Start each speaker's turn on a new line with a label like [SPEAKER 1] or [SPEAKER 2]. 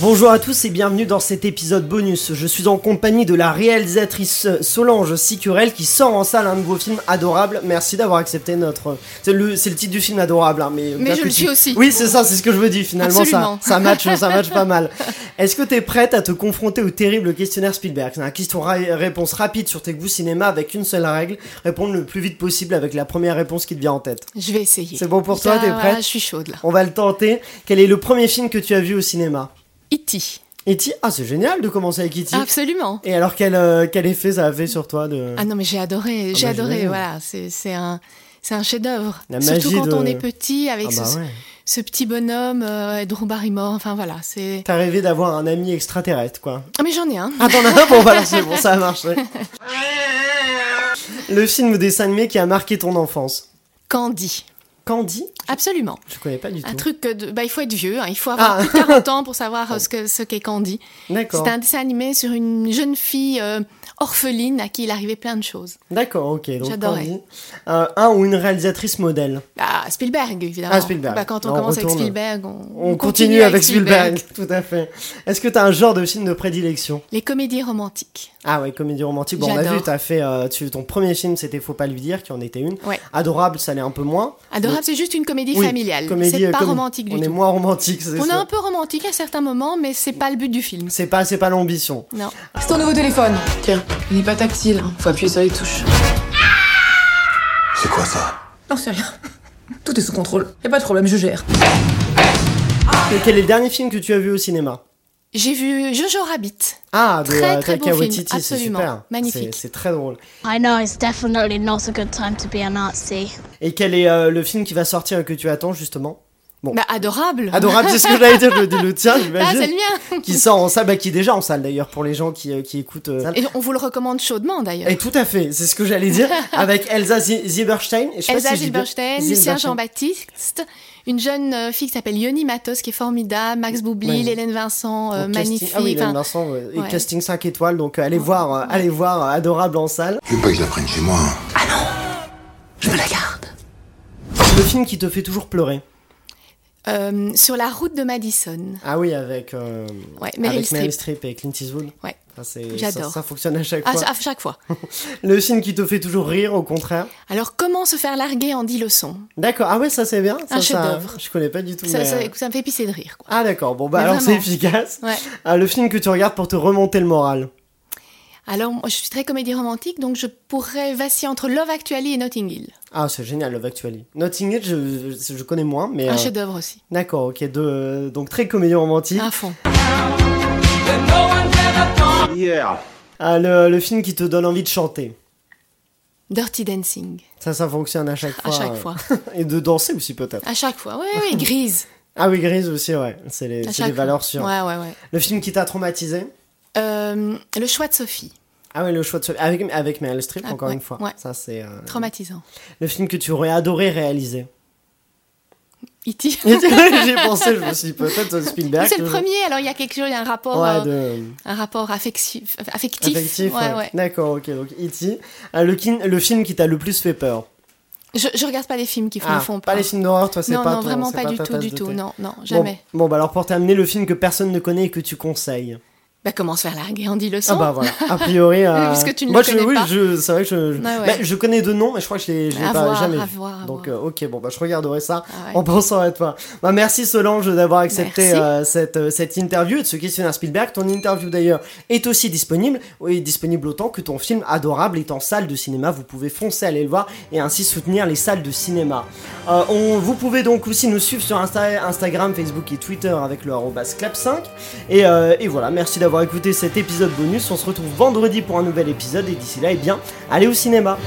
[SPEAKER 1] Bonjour à tous et bienvenue dans cet épisode bonus. Je suis en compagnie de la réalisatrice Solange Sicurel qui sort en salle un nouveau film adorable. Merci d'avoir accepté notre. C'est le, c'est le titre du film adorable, hein, mais.
[SPEAKER 2] Mais je le suis aussi.
[SPEAKER 1] Oui, c'est ça, c'est ce que je veux dire finalement. Ça,
[SPEAKER 2] Absolument.
[SPEAKER 1] ça match, ça match pas mal. Est-ce que t'es prête à te confronter au terrible questionnaire Spielberg C'est un question ra- réponse rapide sur tes goûts cinéma avec une seule règle répondre le plus vite possible avec la première réponse qui te vient en tête.
[SPEAKER 2] Je vais essayer.
[SPEAKER 1] C'est bon pour toi,
[SPEAKER 2] Ah,
[SPEAKER 1] t'es
[SPEAKER 2] voilà,
[SPEAKER 1] prête
[SPEAKER 2] Je suis chaude là.
[SPEAKER 1] On va le tenter. Quel est le premier film que tu as vu au cinéma
[SPEAKER 2] E.T.
[SPEAKER 1] Iti Ah, c'est génial de commencer avec Iti.
[SPEAKER 2] Absolument.
[SPEAKER 1] Et alors, quel, euh, quel effet ça a fait sur toi de...
[SPEAKER 2] Ah non, mais j'ai adoré. J'ai
[SPEAKER 1] bah,
[SPEAKER 2] adoré.
[SPEAKER 1] j'imagine.
[SPEAKER 2] Voilà, c'est c'est un. C'est un chef-d'œuvre.
[SPEAKER 1] La
[SPEAKER 2] Surtout
[SPEAKER 1] magie
[SPEAKER 2] quand
[SPEAKER 1] de-
[SPEAKER 2] on est petit,
[SPEAKER 1] Ah
[SPEAKER 2] avec
[SPEAKER 1] bah
[SPEAKER 2] ce,
[SPEAKER 1] ouais.
[SPEAKER 2] ce petit bonhomme, euh, Drew Barrymore. Enfin voilà, c'est.
[SPEAKER 1] T'as rêvé d'avoir un ami extraterrestre, quoi.
[SPEAKER 2] Ah, mais j'en ai un.
[SPEAKER 1] Attends, non, bon, voilà, c'est bon, ça a marché. Le film dessin animé qui a marqué ton enfance.
[SPEAKER 2] Candy.
[SPEAKER 1] Candy
[SPEAKER 2] Absolument.
[SPEAKER 1] Je connais pas du
[SPEAKER 2] Un
[SPEAKER 1] tout.
[SPEAKER 2] truc que. de- Bah, il faut être vieux. hein. Il faut avoir
[SPEAKER 1] Ah.
[SPEAKER 2] plus de 40 ans pour savoir euh, ce qu'est ce qu'est Candy.
[SPEAKER 1] D'accord.
[SPEAKER 2] C'est un dessin animé sur une jeune fille euh, orpheline à qui il arrivait plein de choses.
[SPEAKER 1] D'accord, ok. donc
[SPEAKER 2] J'adorais.
[SPEAKER 1] Candy. Euh, un ou une réalisatrice modèle.
[SPEAKER 2] Ah, Spielberg, évidemment.
[SPEAKER 1] Ah, Spielberg.
[SPEAKER 2] Bah, quand on
[SPEAKER 1] On
[SPEAKER 2] commence
[SPEAKER 1] retourne.
[SPEAKER 2] avec Spielberg, on,
[SPEAKER 1] On, continue, avec Spielberg. Tout à fait. Est-ce que t'as un genre de film de prédilection
[SPEAKER 2] Les comédies romantiques.
[SPEAKER 1] Ah ouais, comédie romantique. Bon, on a
[SPEAKER 2] J'adore.
[SPEAKER 1] vu, t'as fait euh, tu- ton premier film, c'était Faut pas lui dire, qui en était une.
[SPEAKER 2] Ouais.
[SPEAKER 1] Adorable, ça l'est un peu moins.
[SPEAKER 2] Adorable, c'est juste une comédie
[SPEAKER 1] Oui,
[SPEAKER 2] familiale.
[SPEAKER 1] comédie,
[SPEAKER 2] c'est
[SPEAKER 1] euh,
[SPEAKER 2] pas
[SPEAKER 1] comé-
[SPEAKER 2] romantique
[SPEAKER 1] On
[SPEAKER 2] du
[SPEAKER 1] est
[SPEAKER 2] tout.
[SPEAKER 1] moins romantique, c'est
[SPEAKER 2] On est
[SPEAKER 1] ça.
[SPEAKER 2] un peu romantique à certains moments, mais c'est pas le but du film.
[SPEAKER 1] C'est pas, c'est pas l'ambition.
[SPEAKER 2] Non.
[SPEAKER 3] C'est ton nouveau téléphone.
[SPEAKER 4] Tiens, il n'est pas tactile, hein. faut appuyer sur les touches.
[SPEAKER 5] C'est quoi ça
[SPEAKER 3] Non, c'est rien. Tout est sous contrôle. Y a pas de problème, je gère.
[SPEAKER 1] Et quel est le dernier film que tu as vu au cinéma
[SPEAKER 2] J'ai vu Jojo Rabbit.
[SPEAKER 1] Ah, de
[SPEAKER 2] Très,
[SPEAKER 1] euh,
[SPEAKER 2] très bon
[SPEAKER 1] Taika
[SPEAKER 2] film,
[SPEAKER 1] Waititi, c'est
[SPEAKER 2] absolument.
[SPEAKER 1] super.
[SPEAKER 2] Magnifique.
[SPEAKER 1] C'est c'est très drôle.
[SPEAKER 6] I know it's definitely not a good time to be a Nazi.
[SPEAKER 1] Et quel est euh, le film qui va sortir et que tu attends justement Bon.
[SPEAKER 2] Bah, adorable.
[SPEAKER 1] Adorable, c'est ce que j'allais dire, le, le tien,
[SPEAKER 2] Ah, c'est
[SPEAKER 1] j'imagine.
[SPEAKER 2] le mien.
[SPEAKER 1] qui sort en salle, bah, qui est déjà en salle d'ailleurs pour les gens qui, euh, qui écoutent. euh,
[SPEAKER 2] Et on vous le recommande chaudement d'ailleurs.
[SPEAKER 1] Et tout à fait, c'est ce que j'allais dire, avec Elsa Zi- Zilberstein. et je sais pas
[SPEAKER 2] Elsa
[SPEAKER 1] si je dis bien-
[SPEAKER 2] Gilberstein, Lucien
[SPEAKER 1] Zilberstein.
[SPEAKER 2] Jean-Baptiste, une jeune euh, fille qui s'appelle Yoni Matos, qui est formidable, Max Boublil,
[SPEAKER 1] Ouais.
[SPEAKER 2] Hélène Vincent, euh,
[SPEAKER 1] Donc,
[SPEAKER 2] magnifique.
[SPEAKER 1] casting- Ah oui, Hélène
[SPEAKER 2] Enfin,
[SPEAKER 1] Vincent, ouais, et
[SPEAKER 2] ouais.
[SPEAKER 1] casting 5 étoiles, donc euh, allez voir, euh, allez voir, euh, adorable en salle.
[SPEAKER 5] Je veux pas que je la prenne chez moi. hein.
[SPEAKER 3] Je me la garde.
[SPEAKER 1] Le film qui te fait toujours pleurer.
[SPEAKER 2] euh, sur la route de Madison.
[SPEAKER 1] Ah oui, avec, euh,
[SPEAKER 2] Ouais, Meryl
[SPEAKER 1] avec Meryl
[SPEAKER 2] Streep.
[SPEAKER 1] Streep et Clint Eastwood.
[SPEAKER 2] Ouais.
[SPEAKER 1] Ça, c'est-
[SPEAKER 2] J'adore. Ah,
[SPEAKER 1] Ça, ça fonctionne à chaque
[SPEAKER 2] À,
[SPEAKER 1] fois.
[SPEAKER 2] à chaque fois.
[SPEAKER 1] Le film qui te fait toujours rire, au contraire.
[SPEAKER 2] Alors, comment se faire larguer en 10 leçons
[SPEAKER 1] D'accord, ah ouais, ça c'est bien. Ça,
[SPEAKER 2] Un
[SPEAKER 1] ça-
[SPEAKER 2] chef-d'œuvre.
[SPEAKER 1] Je connais pas du tout.
[SPEAKER 2] ça,
[SPEAKER 1] mais,
[SPEAKER 2] ça-
[SPEAKER 1] euh,
[SPEAKER 2] ça me fait pisser de rire, quoi.
[SPEAKER 1] Ah d'accord, bon bah
[SPEAKER 2] Mais
[SPEAKER 1] alors c'est
[SPEAKER 2] vraiment.
[SPEAKER 1] efficace.
[SPEAKER 2] Ouais.
[SPEAKER 1] Ah, le film que tu regardes pour te remonter le moral.
[SPEAKER 2] Alors, moi, je suis très comédie romantique, donc je pourrais vaciller entre Love Actually et Notting Hill.
[SPEAKER 1] Ah c'est génial, Love Actually. Notting Hill, je, je- je connais moins, mais...
[SPEAKER 2] Un
[SPEAKER 1] euh,
[SPEAKER 2] chef-d'œuvre aussi.
[SPEAKER 1] D'accord, ok, de- donc très comédie romantique.
[SPEAKER 2] À fond.
[SPEAKER 1] Ah, le, le film qui te donne envie de chanter.
[SPEAKER 2] Dirty Dancing.
[SPEAKER 1] Ça, ça fonctionne à chaque
[SPEAKER 2] À
[SPEAKER 1] fois.
[SPEAKER 2] chaque
[SPEAKER 1] euh,
[SPEAKER 2] fois.
[SPEAKER 1] Et de danser aussi peut-être.
[SPEAKER 2] À chaque fois. Oui, oui, grise.
[SPEAKER 1] Ah oui, Grise aussi, ouais. C'est les,
[SPEAKER 2] À
[SPEAKER 1] c'est
[SPEAKER 2] chaque
[SPEAKER 1] les
[SPEAKER 2] fois.
[SPEAKER 1] valeurs sûres.
[SPEAKER 2] Ouais, ouais, ouais.
[SPEAKER 1] Le film qui t'a traumatisé
[SPEAKER 2] Euh, le choix de Sophie.
[SPEAKER 1] Ah oui, le choix de celui- avec avec Meryl Streep
[SPEAKER 2] Ah,
[SPEAKER 1] encore
[SPEAKER 2] ouais,
[SPEAKER 1] une fois.
[SPEAKER 2] ouais.
[SPEAKER 1] Ça c'est euh,
[SPEAKER 2] Traumatisant.
[SPEAKER 1] le film que tu aurais adoré réaliser.
[SPEAKER 2] E.T.
[SPEAKER 1] J'y ai pensé, je me suis dit, peut-être euh, Spielberg.
[SPEAKER 2] E C'est le
[SPEAKER 1] je-
[SPEAKER 2] premier, alors il y a quelque chose, il y a un rapport,
[SPEAKER 1] Ouais,
[SPEAKER 2] euh,
[SPEAKER 1] de
[SPEAKER 2] un rapport affectif. euh, affectif.
[SPEAKER 1] affectif.
[SPEAKER 2] Ouais,
[SPEAKER 1] ouais.
[SPEAKER 2] ouais.
[SPEAKER 1] D'accord, ok. Donc E.T. Ah, le, kin- le film qui t'a le plus fait peur.
[SPEAKER 2] Je, je regarde pas les films qui f-
[SPEAKER 1] Ah,
[SPEAKER 2] me font
[SPEAKER 1] pas
[SPEAKER 2] peur.
[SPEAKER 1] les films d'horreur, toi, c'est
[SPEAKER 2] non,
[SPEAKER 1] pas
[SPEAKER 2] non,
[SPEAKER 1] ton-
[SPEAKER 2] vraiment
[SPEAKER 1] c'est
[SPEAKER 2] pas du
[SPEAKER 1] ta
[SPEAKER 2] tout,
[SPEAKER 1] tasse
[SPEAKER 2] du
[SPEAKER 1] de
[SPEAKER 2] tout.
[SPEAKER 1] thé.
[SPEAKER 2] Non, non,
[SPEAKER 1] Bon,
[SPEAKER 2] jamais.
[SPEAKER 1] Bon, bah alors pour terminer, le film que personne ne connaît et que tu conseilles.
[SPEAKER 2] Bah, comment se faire larguer en 10 leçons
[SPEAKER 1] Ah bah voilà, a priori. euh,
[SPEAKER 2] Puisque tu ne
[SPEAKER 1] moi,
[SPEAKER 2] le connais
[SPEAKER 1] je, oui,
[SPEAKER 2] pas. Ah
[SPEAKER 1] je- c'est vrai que je, je,
[SPEAKER 2] Ouais, ouais.
[SPEAKER 1] bah, je connais deux noms, mais je crois que je l'ai je l'ai
[SPEAKER 2] À
[SPEAKER 1] pas
[SPEAKER 2] voir,
[SPEAKER 1] jamais
[SPEAKER 2] à
[SPEAKER 1] vu.
[SPEAKER 2] voir, à
[SPEAKER 1] Donc
[SPEAKER 2] voir.
[SPEAKER 1] euh, ok, bon bah je regarderai ça
[SPEAKER 2] Ah ouais.
[SPEAKER 1] en pensant à toi. Bah merci Solange d'avoir accepté
[SPEAKER 2] Merci.
[SPEAKER 1] euh, cette euh, cette interview et de ce questionnaire Spielberg. Ton interview d'ailleurs est aussi disponible, oui, disponible autant que ton film adorable est en salle de cinéma. Vous pouvez foncer aller le voir et ainsi soutenir les salles de cinéma. Euh, on, vous pouvez donc aussi nous suivre sur Insta- Instagram, Facebook et Twitter avec le arrobas clap5. Et, euh, et voilà, merci d'avoir écouté cet épisode bonus. On se retrouve vendredi pour un nouvel épisode. Et d'ici là, eh bien, allez au cinéma.